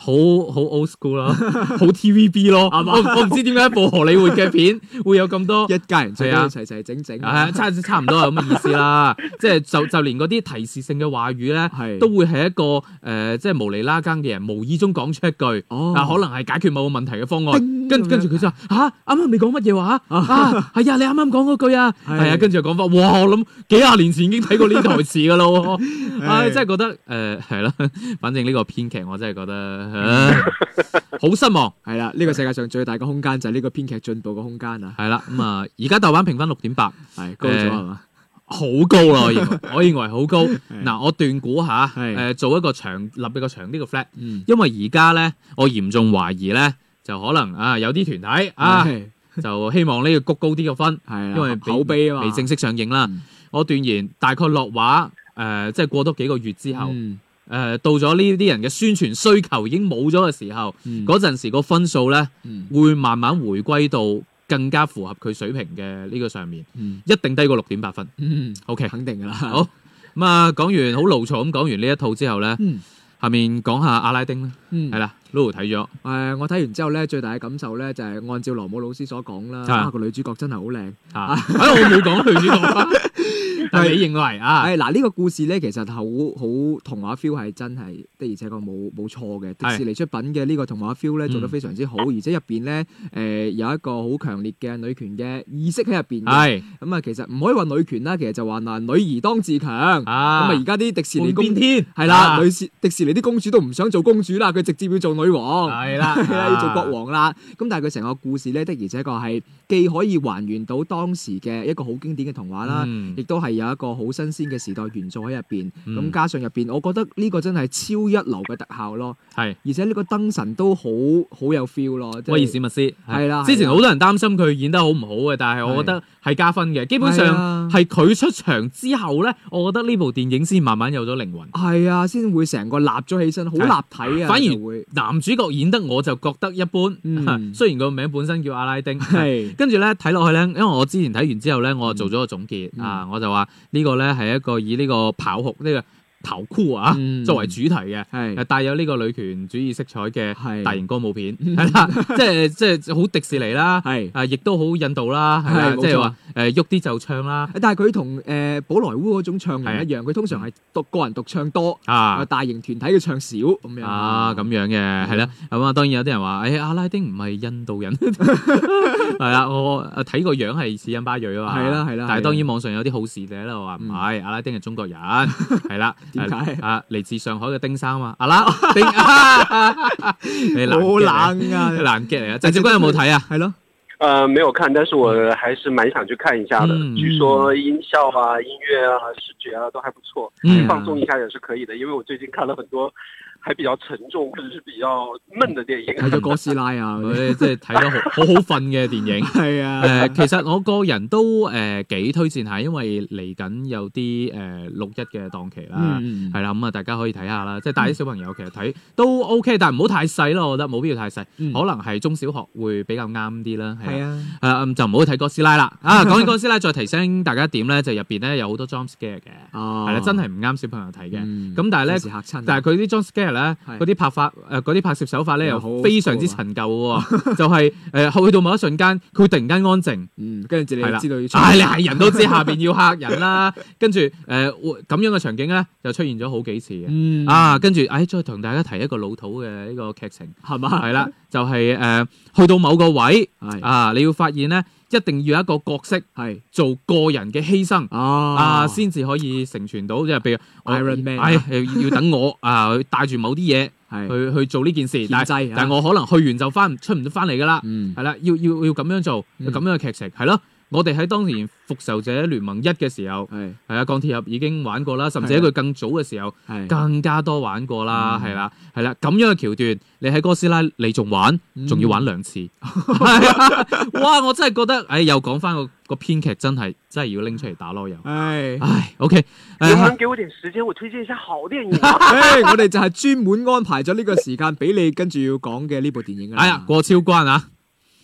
[SPEAKER 3] 好好 old school 啦，好 TVB 咯。
[SPEAKER 4] 啱啊
[SPEAKER 3] 我我唔知點解一部荷里活嘅片會有咁多。
[SPEAKER 4] 一家人最緊
[SPEAKER 3] 係啊
[SPEAKER 4] 要齊齊整整，
[SPEAKER 3] 啊，差差唔多係咁嘅意思 啦，即係就就連嗰啲提示性嘅話語咧，
[SPEAKER 4] 係
[SPEAKER 3] 都會係一個誒、呃即係無厘啦更嘅人無意中講出一句，
[SPEAKER 4] 哦
[SPEAKER 3] 啊，可能係解決某個問題嘅方案。
[SPEAKER 4] 叮
[SPEAKER 3] 跟跟住佢就話吓，啱啱你講乜嘢話啊？係啊，你啱啱講嗰句啊，
[SPEAKER 4] 係
[SPEAKER 3] 係啊，跟住就講翻，哇！我諗幾廿年前已經睇過呢台詞噶啦喎， 唉，
[SPEAKER 4] 係
[SPEAKER 3] 真係覺得誒呃係啦， 反正呢個編劇我真係覺得 唉好失望，
[SPEAKER 4] 係啦，呢個世界上最大嘅空間就係呢個編劇進步嘅空間啊，
[SPEAKER 3] 係啦，咁啊，而家豆瓣評分六點八，
[SPEAKER 4] 係高咗係嘛？
[SPEAKER 3] 好高啦，我 認為，我認為好高。嗱，我斷估下，
[SPEAKER 4] 係
[SPEAKER 3] 誒做一個長立一個長啲嘅 flat，
[SPEAKER 4] 嗯，
[SPEAKER 3] 因為而家咧，我嚴重懷疑咧，就可能啊有啲團體啊，
[SPEAKER 4] 係
[SPEAKER 3] 就希望呢個谷高啲嘅分。
[SPEAKER 4] 係啦，
[SPEAKER 3] 因為未
[SPEAKER 4] 口碑啊嘛，
[SPEAKER 3] 未正式上映啦。
[SPEAKER 4] 嗯
[SPEAKER 3] 我斷言大概落畫誒、呃即係過多幾個月之後，誒、呃
[SPEAKER 4] 嗯
[SPEAKER 3] 到咗呢啲人嘅宣傳需求已經冇咗嘅時候，
[SPEAKER 4] 嗯
[SPEAKER 3] 嗰陣、時個分數咧
[SPEAKER 4] 嗯
[SPEAKER 3] 會慢慢回歸到更加符合佢水平嘅呢個上面，
[SPEAKER 4] 嗯
[SPEAKER 3] 一定低過六點八分。
[SPEAKER 4] 嗯
[SPEAKER 3] OK，
[SPEAKER 4] 肯定㗎啦，
[SPEAKER 3] 好咁啊，講完好牢嘈咁講完呢一套之後咧，
[SPEAKER 4] 嗯
[SPEAKER 3] 下面講下阿拉丁啦，
[SPEAKER 4] 嗯
[SPEAKER 3] 係啦，Lulu 睇咗，
[SPEAKER 4] 誒、我睇完之後咧，最大嘅感受咧就係、按照羅姆老師所講啦，
[SPEAKER 3] 啊
[SPEAKER 4] 啊個女主角真係好靚。
[SPEAKER 3] 啊，哎我冇講女主角，但係你認為啊，
[SPEAKER 4] 係嗱，呢個故事咧其實好好童話 feel 係真係的，而且確冇冇錯嘅。迪士尼出品嘅呢個童話 feel 咧做得
[SPEAKER 3] 嗯
[SPEAKER 4] 非常之好，而且入邊咧誒有一個好強烈嘅女權嘅意識喺入邊嘅。
[SPEAKER 3] 係
[SPEAKER 4] 咁啊，其實唔可以話女權啦，其實就話嗱，女兒當自強。咁
[SPEAKER 3] 啊，
[SPEAKER 4] 啊，而家啲迪士尼公
[SPEAKER 3] 半邊天
[SPEAKER 4] 係啦，
[SPEAKER 3] 啊
[SPEAKER 4] 女士迪士尼啲公主都唔想做公主啦，佢直接要做女王。
[SPEAKER 3] 係啦，
[SPEAKER 4] 係啦， 要做
[SPEAKER 3] 啊
[SPEAKER 4] 國王啦。咁但係佢成個故事咧，的而且確係既可以還原到當時嘅一個好經典嘅童話啦，
[SPEAKER 3] 嗯
[SPEAKER 4] 亦都係有一個好新鮮嘅時代元素喺入邊。咁、
[SPEAKER 3] 嗯
[SPEAKER 4] 加上入邊，我覺得呢個真係超一流嘅特效咯，
[SPEAKER 3] 係
[SPEAKER 4] 而且呢個燈神都好好有 feel 咯。即係啊
[SPEAKER 3] 威爾史密斯
[SPEAKER 4] 係啦
[SPEAKER 3] 之前
[SPEAKER 4] 係啦
[SPEAKER 3] 好多人擔心佢演得好唔好嘅，但係我覺得係加分嘅。基本
[SPEAKER 4] 係
[SPEAKER 3] 上
[SPEAKER 4] 啊
[SPEAKER 3] 係佢出場之後咧，我覺得呢部電影先慢慢有咗靈魂。
[SPEAKER 4] 係啊，先會成個立咗起身，好立體啊，
[SPEAKER 3] 反而
[SPEAKER 4] 就會
[SPEAKER 3] 男主角演得我就覺得一般，
[SPEAKER 4] 嗯
[SPEAKER 3] 雖然個名本身叫阿拉丁。
[SPEAKER 4] 係
[SPEAKER 3] 跟住咧睇落去咧，因為我之前睇完之後咧，我就做咗個總結、
[SPEAKER 4] 嗯
[SPEAKER 3] 啊，我就話呢個咧係一個以呢個跑酷呢、個跑酷啊、
[SPEAKER 4] 嗯
[SPEAKER 3] 作為主題嘅，
[SPEAKER 4] 係
[SPEAKER 3] 係帶有呢個女權主義色彩嘅
[SPEAKER 4] 係
[SPEAKER 3] 大型歌舞片，
[SPEAKER 4] 嗯
[SPEAKER 3] 係啦，即係即係好迪士尼 啦，
[SPEAKER 4] 係。
[SPEAKER 3] 啊，亦都好印度啦，係啦，
[SPEAKER 4] 係冇
[SPEAKER 3] 即
[SPEAKER 4] 錯
[SPEAKER 3] 係話誒喐啲就唱啦，
[SPEAKER 4] 但係佢同誒寶萊塢嗰種唱人一樣，佢通常係獨個人獨唱多，
[SPEAKER 3] 嗯啊。
[SPEAKER 4] 大型團體嘅唱少咁樣。
[SPEAKER 3] 啊，咁樣嘅，
[SPEAKER 4] 嗯
[SPEAKER 3] 係啦，咁啊，當然有啲人話，誒、阿拉丁唔係印度人， 係啦，我啊睇個樣係似印巴裔啊嘛，
[SPEAKER 4] 係啦係啦
[SPEAKER 3] 但係
[SPEAKER 4] 係啦嗯
[SPEAKER 3] 當然網上有啲好事者咧話唔係，阿拉丁係中國 人，係啦，
[SPEAKER 4] 點解
[SPEAKER 3] 啊，嚟自上海嘅丁生啊嘛，阿 拉丁，你難 get 嚟
[SPEAKER 4] 好冷 啊！
[SPEAKER 3] 你難 get 嚟啊，鄭少君有冇睇啊？
[SPEAKER 4] 係咯，
[SPEAKER 5] 呃，没有看，但是我还是蛮想去看一下的。
[SPEAKER 3] 嗯
[SPEAKER 5] 据说音效啊、音乐啊、视觉啊都还不错，
[SPEAKER 3] 嗯
[SPEAKER 5] 放松一下也是可以的。因为我最近看了很多还比较沉重或者是比较闷的电影。
[SPEAKER 4] 睇咗哥斯拉 啊，
[SPEAKER 3] 我哋即係睇得好好好瞓嘅 電影。
[SPEAKER 4] 係
[SPEAKER 3] 誒、
[SPEAKER 4] 啊，
[SPEAKER 3] 其實我個人都誒、幾推薦下，因為嚟緊有啲誒六一嘅檔期啦，
[SPEAKER 4] 嗯
[SPEAKER 3] 係啦、咁啊大家可以睇下啦，即係帶啲小朋友其實睇都 OK，但係唔好太細咯，我覺得冇必要太細，
[SPEAKER 4] 嗯
[SPEAKER 3] 可能係中小學會比較啱啲啦，係
[SPEAKER 4] 係
[SPEAKER 3] 啊。誒、
[SPEAKER 4] 啊，
[SPEAKER 3] 嗯就唔好睇哥斯拉啦！ 啊，講起哥斯拉，再提醒大家一點咧，就入邊咧有好多 jump scare 嘅，
[SPEAKER 4] 哦
[SPEAKER 3] 係啦、真係唔啱小朋友睇嘅。
[SPEAKER 4] 嗯
[SPEAKER 3] 咁但係咧
[SPEAKER 4] 有時嚇親啊，
[SPEAKER 3] 但係佢啲 jump scare 咧，
[SPEAKER 4] 係
[SPEAKER 3] 嗰啲拍法誒嗰啲拍攝手法咧
[SPEAKER 4] 又好啊
[SPEAKER 3] 又非常之陳舊 喎，就係誒去到某一瞬間，佢會突然間安靜，
[SPEAKER 4] 嗯，跟住你
[SPEAKER 3] 係啦
[SPEAKER 4] 就知道要 出
[SPEAKER 3] 唉，你係人都知下邊要嚇人啦，跟住誒會咁樣嘅場景咧就出現咗好幾次嘅。
[SPEAKER 4] 嗯
[SPEAKER 3] 啊，跟住，唉，再同大家提一個老土嘅呢個劇情，啊
[SPEAKER 4] 係嘛，
[SPEAKER 3] 呃係啦，就係、誒、去到某個位
[SPEAKER 4] 係
[SPEAKER 3] 啊，你要發現咧，一定要有一個角色
[SPEAKER 4] 係
[SPEAKER 3] 做個人嘅犧牲。
[SPEAKER 4] 啊
[SPEAKER 3] 啊，先至可以成全到，即係譬如我
[SPEAKER 4] Iron Man 啊
[SPEAKER 3] 哎要要等我啊帶住某啲嘢
[SPEAKER 4] 係
[SPEAKER 3] 去去做呢件事，但
[SPEAKER 4] 獻
[SPEAKER 3] 係
[SPEAKER 4] 祭啊
[SPEAKER 3] 但係我可能去完就翻出唔到翻嚟㗎啦，
[SPEAKER 4] 嗯
[SPEAKER 3] 係啦，要要要咁樣做，
[SPEAKER 4] 嗯
[SPEAKER 3] 要咁樣嘅劇情係咯。我哋喺當年復仇者聯盟一嘅時候，
[SPEAKER 4] 係
[SPEAKER 3] 係啊鋼鐵俠已經玩過啦，甚至
[SPEAKER 4] 係
[SPEAKER 3] 喺
[SPEAKER 4] 啊
[SPEAKER 3] 佢更早嘅時候
[SPEAKER 4] 係
[SPEAKER 3] 更加多玩過啦，
[SPEAKER 4] 嗯
[SPEAKER 3] 係啦係啦，咁樣嘅橋段你喺哥斯拉你仲玩，
[SPEAKER 4] 嗯
[SPEAKER 3] 仲要玩兩次，係啊哇！我真係覺得，唉，又講翻個個編劇真係真係要拎出嚟打咯又。
[SPEAKER 4] 唉。
[SPEAKER 3] 唉，OK，
[SPEAKER 5] 能不能
[SPEAKER 3] 誒，
[SPEAKER 5] 给我点时间，我推荐一下好电影啊？
[SPEAKER 4] 唉，哎我哋就係專門安排咗呢個時間俾你，跟住要講嘅呢部電影啊！
[SPEAKER 3] 哎呀，過超關啊，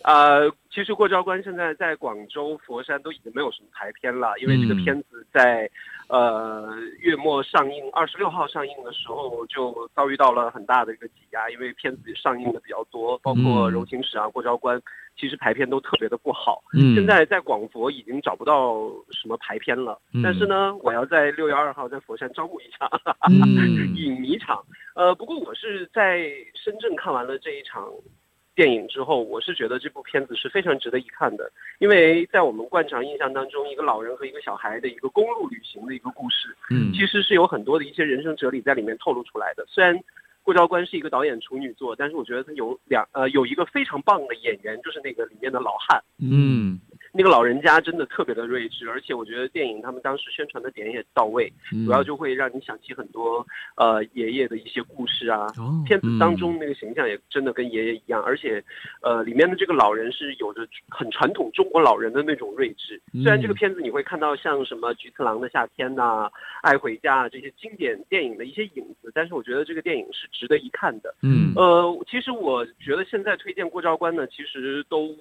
[SPEAKER 5] 呃，其实《过招关》现在在广州、佛山都已经没有什么排片了，因为这个
[SPEAKER 3] 嗯
[SPEAKER 5] 片子在、呃月末上映，二十六号上映的时候就遭遇到了很大的一个挤压，因为片子上映的比较多，包括《
[SPEAKER 3] 嗯
[SPEAKER 5] 柔情史》啊、《过招关》，其实排片都特别的不好。
[SPEAKER 3] 嗯，
[SPEAKER 5] 现在在广佛已经找不到什么排片了，
[SPEAKER 3] 嗯
[SPEAKER 5] 但是呢，我要在六月二号在佛山招募一场。
[SPEAKER 3] 嗯，
[SPEAKER 5] 影迷场。呃，不过我是在深圳看完了这一场电影之后，我是觉得这部片子是非常值得一看的，因为在我们惯常印象当中，一个老人和一个小孩的一个公路旅行的一个故事，
[SPEAKER 3] 嗯，
[SPEAKER 5] 其实是有很多的一些人生哲理在里面透露出来的。虽然郭昭关是一个导演处女作，但是我觉得他有两呃有一个非常棒的演员，就是那个里面的老汉。
[SPEAKER 3] 嗯，
[SPEAKER 5] 那个老人家真的特别的睿智，而且我觉得电影他们当时宣传的点也到位，主
[SPEAKER 3] 嗯
[SPEAKER 5] 要就会让你想起很多呃爷爷的一些故事啊。
[SPEAKER 3] 哦
[SPEAKER 5] 片子当中那个形象也真的跟爷爷一样，而且，呃，里面的这个老人是有着很传统中国老人的那种睿智。
[SPEAKER 3] 嗯
[SPEAKER 5] 虽然这个片子你会看到像什么《菊次郎的夏天》呐、爱回家》啊这些经典电影的一些影子，但是我觉得这个电影是值得一看的。
[SPEAKER 3] 嗯，
[SPEAKER 5] 呃，其实我觉得现在推荐过招关呢，其实都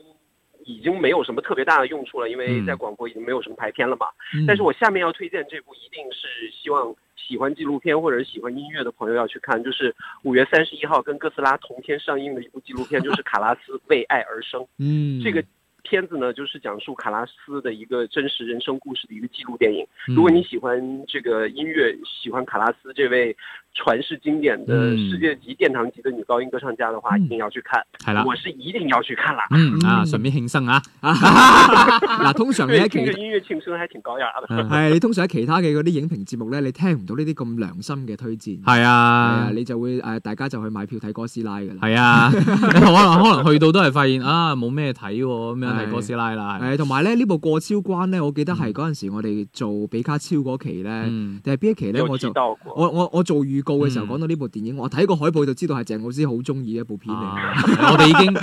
[SPEAKER 5] 已经没有什么特别大的用处了，因为
[SPEAKER 3] 嗯
[SPEAKER 5] 在广播已经没有什么排片了嘛。
[SPEAKER 4] 嗯
[SPEAKER 5] 但是我下面要推荐这部，一定是希望喜欢纪录片或者是喜欢音乐的朋友要去看，就是五月三十一号跟哥斯拉同天上映的一部纪录片，就是《卡拉斯为爱而生》。
[SPEAKER 4] 嗯
[SPEAKER 5] 这个片子呢，就是讲述卡拉斯的一个真实人生故事的一个纪录电影。
[SPEAKER 3] 嗯
[SPEAKER 5] 如果你喜欢这个音乐，喜欢卡拉斯这位传世经典的
[SPEAKER 3] 嗯
[SPEAKER 5] 世界级殿堂级的女高音歌唱家的话，一定要去看。
[SPEAKER 3] 係啦，
[SPEAKER 5] 我是一定要去看啦。
[SPEAKER 3] 嗯啊，順便慶生 啊，
[SPEAKER 4] 嗱，通常你
[SPEAKER 5] 对，
[SPEAKER 4] 喺
[SPEAKER 5] 听着
[SPEAKER 4] 其
[SPEAKER 5] 音乐庆生还挺高雅的。
[SPEAKER 3] 嗯啊
[SPEAKER 4] 係你通常喺其他嘅嗰啲影評節目咧，你聽唔到呢啲咁良心嘅推薦，係
[SPEAKER 3] 係啊
[SPEAKER 4] 啊，。你就會誒大家就去買票睇哥斯拉㗎啦。
[SPEAKER 3] 係啊， 你可能可能去到都係發現啊冇咩睇喎，咁樣
[SPEAKER 4] 係
[SPEAKER 3] 係哥斯拉啦，係
[SPEAKER 4] 誒，同埋咧呢部過超關咧，我記得係嗰陣時我哋做比卡超嗰期咧，
[SPEAKER 3] 嗯
[SPEAKER 4] 定係邊一期咧
[SPEAKER 5] 有
[SPEAKER 4] 我
[SPEAKER 5] 提
[SPEAKER 4] 就。
[SPEAKER 5] 到过。
[SPEAKER 4] 我我我做預告嘅時候
[SPEAKER 3] 嗯
[SPEAKER 4] 講到呢部電影，我睇個海報就知道係鄭老師好中意嘅一部片嚟。
[SPEAKER 3] 啊我哋已經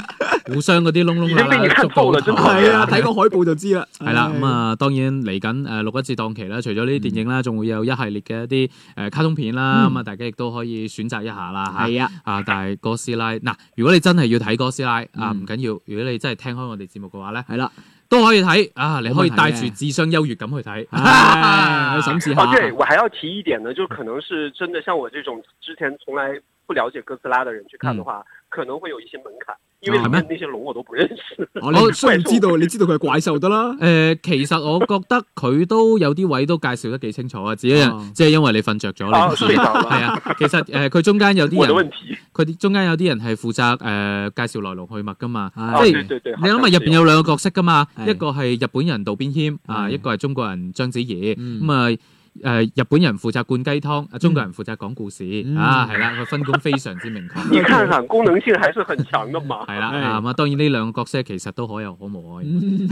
[SPEAKER 3] 互相嗰啲窿窿
[SPEAKER 5] 已經
[SPEAKER 3] 罅
[SPEAKER 5] 俾你
[SPEAKER 3] 罅捉
[SPEAKER 5] 看
[SPEAKER 3] 到
[SPEAKER 5] 透啦
[SPEAKER 3] 頭
[SPEAKER 5] 真係
[SPEAKER 4] 係啊，睇個海報就知啦。
[SPEAKER 3] 係啦，
[SPEAKER 4] 唉
[SPEAKER 3] 咁，啊，當然嚟緊誒六一節檔期啦，除咗呢啲電影啦，仲會有一系列嘅一啲誒卡通片啦，
[SPEAKER 4] 嗯
[SPEAKER 3] 咁啊，大家亦都可以選擇一下啦嚇。
[SPEAKER 4] 係啊，
[SPEAKER 3] 啊，但係哥斯拉嗱，如果你真係要睇哥斯拉啊，
[SPEAKER 4] 嗯
[SPEAKER 3] 唔緊要，如果你真係聽開我哋節目嘅話咧，
[SPEAKER 4] 係啦，
[SPEAKER 3] 都可以睇啊，你可以
[SPEAKER 4] 冇問題
[SPEAKER 3] 帶
[SPEAKER 4] 嘅
[SPEAKER 3] 住智商優越咁去睇。啊
[SPEAKER 4] 唉去審視下
[SPEAKER 5] 哦，。对，我还要提一点呢，就可能是真的像我这种之前从来不了解哥斯拉的人去看的话，
[SPEAKER 3] 嗯
[SPEAKER 5] 可能会有一些门槛，因为
[SPEAKER 3] 啊
[SPEAKER 5] 里面那些龙我都不认识。
[SPEAKER 4] 我你雖然知道，你知道佢係怪獸得啦。
[SPEAKER 3] 誒、呃其實我覺得佢都有啲位都介紹得幾清楚啊，只係、
[SPEAKER 4] 哦
[SPEAKER 3] 即係因為你瞓着咗，哦
[SPEAKER 5] 啊
[SPEAKER 3] 你唔知
[SPEAKER 5] 睡着了
[SPEAKER 3] 係啊，其實誒佢、中間有啲
[SPEAKER 5] 我的
[SPEAKER 3] 人，
[SPEAKER 5] 问题
[SPEAKER 3] 佢啲中間有啲人係負責誒、呃介紹來龍去脈噶嘛，
[SPEAKER 4] 啊
[SPEAKER 5] 啊，
[SPEAKER 3] 即
[SPEAKER 5] 对
[SPEAKER 3] 係。
[SPEAKER 5] 对对，
[SPEAKER 3] 哎你諗下入邊有兩個角色噶嘛，
[SPEAKER 4] 係
[SPEAKER 3] 一個係日本人渡邊謙啊，
[SPEAKER 4] 係
[SPEAKER 3] 一個係中國人章子怡。
[SPEAKER 4] 嗯
[SPEAKER 3] 咁啊誒，日本人負責灌雞湯，啊中國人負責講故事
[SPEAKER 4] 嗯
[SPEAKER 3] 啊，係啦，佢分工非常之明確。
[SPEAKER 5] 你看 看功能性还是很强的嘛。
[SPEAKER 3] 係啦，
[SPEAKER 4] 係
[SPEAKER 3] 啊咁啊，當然呢兩個角色其實都可有可無愛。
[SPEAKER 4] 嗯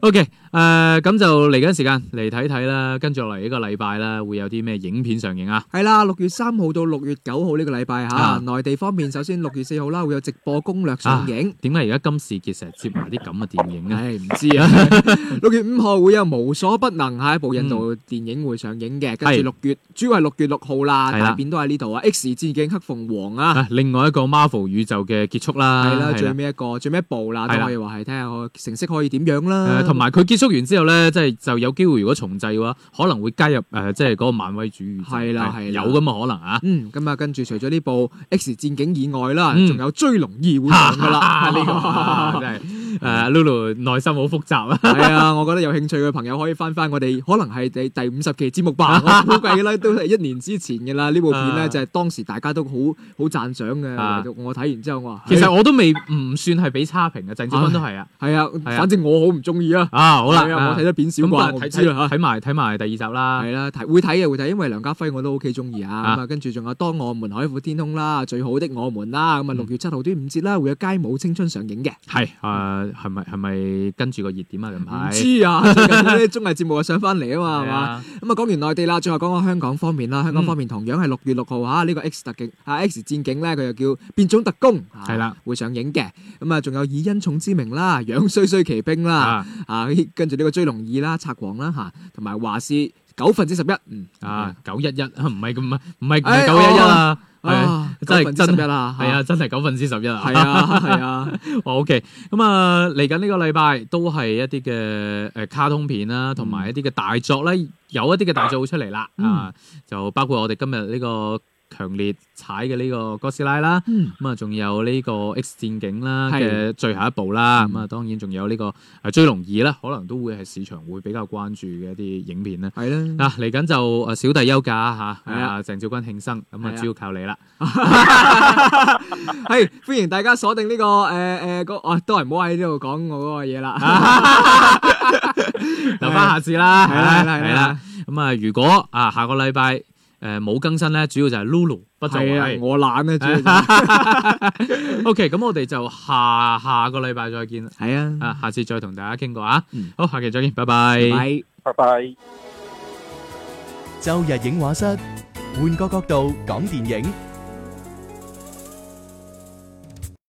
[SPEAKER 3] OK，誒、咁就嚟緊時間嚟睇睇啦，跟住落嚟呢個禮拜啦，會有啲咩影片上映啊？
[SPEAKER 4] 係啦，六月三號到六月九號呢個禮拜
[SPEAKER 3] 啊啊
[SPEAKER 4] 嚇，內地方面首先六月四號啦會有直播攻略上映。
[SPEAKER 3] 點解而家金士傑成日接埋啲咁嘅電影啊？
[SPEAKER 4] 唉，唔知 啊。六月五號會有《無所不能》下一部印
[SPEAKER 3] 嗯
[SPEAKER 4] 度電影會上映嘅，跟
[SPEAKER 3] 係
[SPEAKER 4] 住六月主要係六月六號啦，
[SPEAKER 3] 係啦
[SPEAKER 4] 大片都喺呢度啊，《X 戰警黑鳳凰》啊。
[SPEAKER 3] 啊，另外一個 Marvel 宇宙嘅結束啊啦，
[SPEAKER 4] 係啦，最尾一個，最尾一步啦，
[SPEAKER 3] 係
[SPEAKER 4] 都
[SPEAKER 3] 啦
[SPEAKER 4] 可以話係睇下個成績可以點樣
[SPEAKER 3] 誒
[SPEAKER 4] 啦。
[SPEAKER 3] 同埋佢結束完之後咧，即係就有機會，如果重製嘅話，可能會加入誒、即係嗰個漫威主義。
[SPEAKER 4] 係啦
[SPEAKER 3] 係
[SPEAKER 4] 係
[SPEAKER 3] 有
[SPEAKER 4] 啦
[SPEAKER 3] 咁嘅可能 啊！
[SPEAKER 4] 嗯，咁啊，跟住除咗呢部《X 戰警》以外啦，
[SPEAKER 3] 嗯 啊
[SPEAKER 4] 仲有《追龍二》會上噶啊啦。呢個
[SPEAKER 3] 真係誒 Lulu 內心好複雜 啊。
[SPEAKER 4] 系啊，我覺得有興趣嘅朋友可以翻翻我哋，可能係第第五十期節目 吧。我估計咧都係一年之前嘅啦。呢部片
[SPEAKER 3] 啊
[SPEAKER 4] 咧就係當時大家都好好讚賞嘅。
[SPEAKER 3] 啊
[SPEAKER 4] 唯獨我睇完之後，我話
[SPEAKER 3] 其實我都未唔算係俾差評嘅，鄭志斌都係啊。
[SPEAKER 4] 係啊，
[SPEAKER 3] 啊
[SPEAKER 4] 反正我好唔中意啊。
[SPEAKER 3] 啊，好啦，
[SPEAKER 4] 係啊我睇
[SPEAKER 3] 啊
[SPEAKER 4] 得片少
[SPEAKER 3] 咁啊
[SPEAKER 4] 啩，我
[SPEAKER 3] 睇
[SPEAKER 4] 唔知
[SPEAKER 3] 睇
[SPEAKER 4] 啦
[SPEAKER 3] 睇埋睇埋第二集啦
[SPEAKER 4] 系。啦，睇會睇嘅會睇，因為梁家輝我都 OK 中意
[SPEAKER 3] 啊
[SPEAKER 4] 啊。咁啊，跟住仲有《當我們海闊天空》啦，《最好的我們》啦，咁啊
[SPEAKER 3] 嗯
[SPEAKER 4] 六月七號端午節啦，會有街舞青春上映嘅。
[SPEAKER 3] 係誒係咪係咪跟住個熱點啊？近
[SPEAKER 4] 唔
[SPEAKER 3] 排
[SPEAKER 4] 知啊，最近啲綜藝節目啊上翻嚟啊嘛，係
[SPEAKER 3] 係
[SPEAKER 4] 嘛？
[SPEAKER 3] 啊
[SPEAKER 4] 咁啊，講完內地啦，最後講講香港方面啦。香港方面同樣係六月六號嚇，呢個 X 特警啊 X 戰警咧，佢又叫變種特工，啊
[SPEAKER 3] 係啦，
[SPEAKER 4] 會上映嘅。咁啊，仲有以恩寵之名啦，樣衰衰奇兵啦，
[SPEAKER 3] 啊
[SPEAKER 4] 啊，跟住呢個追龍二啦、賊王啦嚇，同埋華視九分之十一，嗯
[SPEAKER 3] 啊九一一唔係咁唔係唔係唔係
[SPEAKER 4] 哎
[SPEAKER 3] 九一一啊，係啊
[SPEAKER 4] 啊，
[SPEAKER 3] 真係
[SPEAKER 4] 9分之十一啦，
[SPEAKER 3] 係啊，真係九分之十一啊。
[SPEAKER 4] 嚇，係啊，係啊，
[SPEAKER 3] 哦，OK，咁啊，嚟緊呢個禮拜都係一啲嘅誒卡通片啦，同埋一啲嘅大作咧，有一啲嘅大作會出嚟啦，
[SPEAKER 4] 嗯
[SPEAKER 3] 啊，就包括我哋今日呢個強烈踩嘅呢個哥斯拉啦，
[SPEAKER 4] 嗯
[SPEAKER 3] 咁啊，仲有呢個 X 戰警啦
[SPEAKER 4] 係
[SPEAKER 3] 嘅最後一部啦，
[SPEAKER 4] 嗯
[SPEAKER 3] 咁啊，當然仲有呢個誒追龍二啦，可能都會係市場會比較關注嘅一啲影片啦。
[SPEAKER 4] 係啦。
[SPEAKER 3] 嗱，嚟緊就誒呃小弟休假嚇，
[SPEAKER 4] 嗯係啊
[SPEAKER 3] 啊鄭少君慶生，咁啊
[SPEAKER 4] 係啊
[SPEAKER 3] 主要靠你啦，
[SPEAKER 4] 係歡迎大家鎖定呢個誒誒個，啊都係唔好喺呢度講我嗰個嘢啦。
[SPEAKER 3] 啊留啊翻下次啦，
[SPEAKER 4] 係啦係啦係
[SPEAKER 3] 係啦
[SPEAKER 4] 啦。，
[SPEAKER 3] 咁啊，如果啊下個禮拜誒冇更新咧，主要就係 Lulu 不就
[SPEAKER 4] 係啊，
[SPEAKER 3] 係。
[SPEAKER 4] 我懶啊，主要就 係
[SPEAKER 3] OK，咁我哋就下下個禮拜再見啦。
[SPEAKER 4] 系啊，
[SPEAKER 3] 啊，下次再同大家傾過啊
[SPEAKER 4] 嗯。
[SPEAKER 3] 好，下期再見，拜
[SPEAKER 4] 係。
[SPEAKER 5] 拜拜。
[SPEAKER 2] 周日影畫室，換個角度講電影。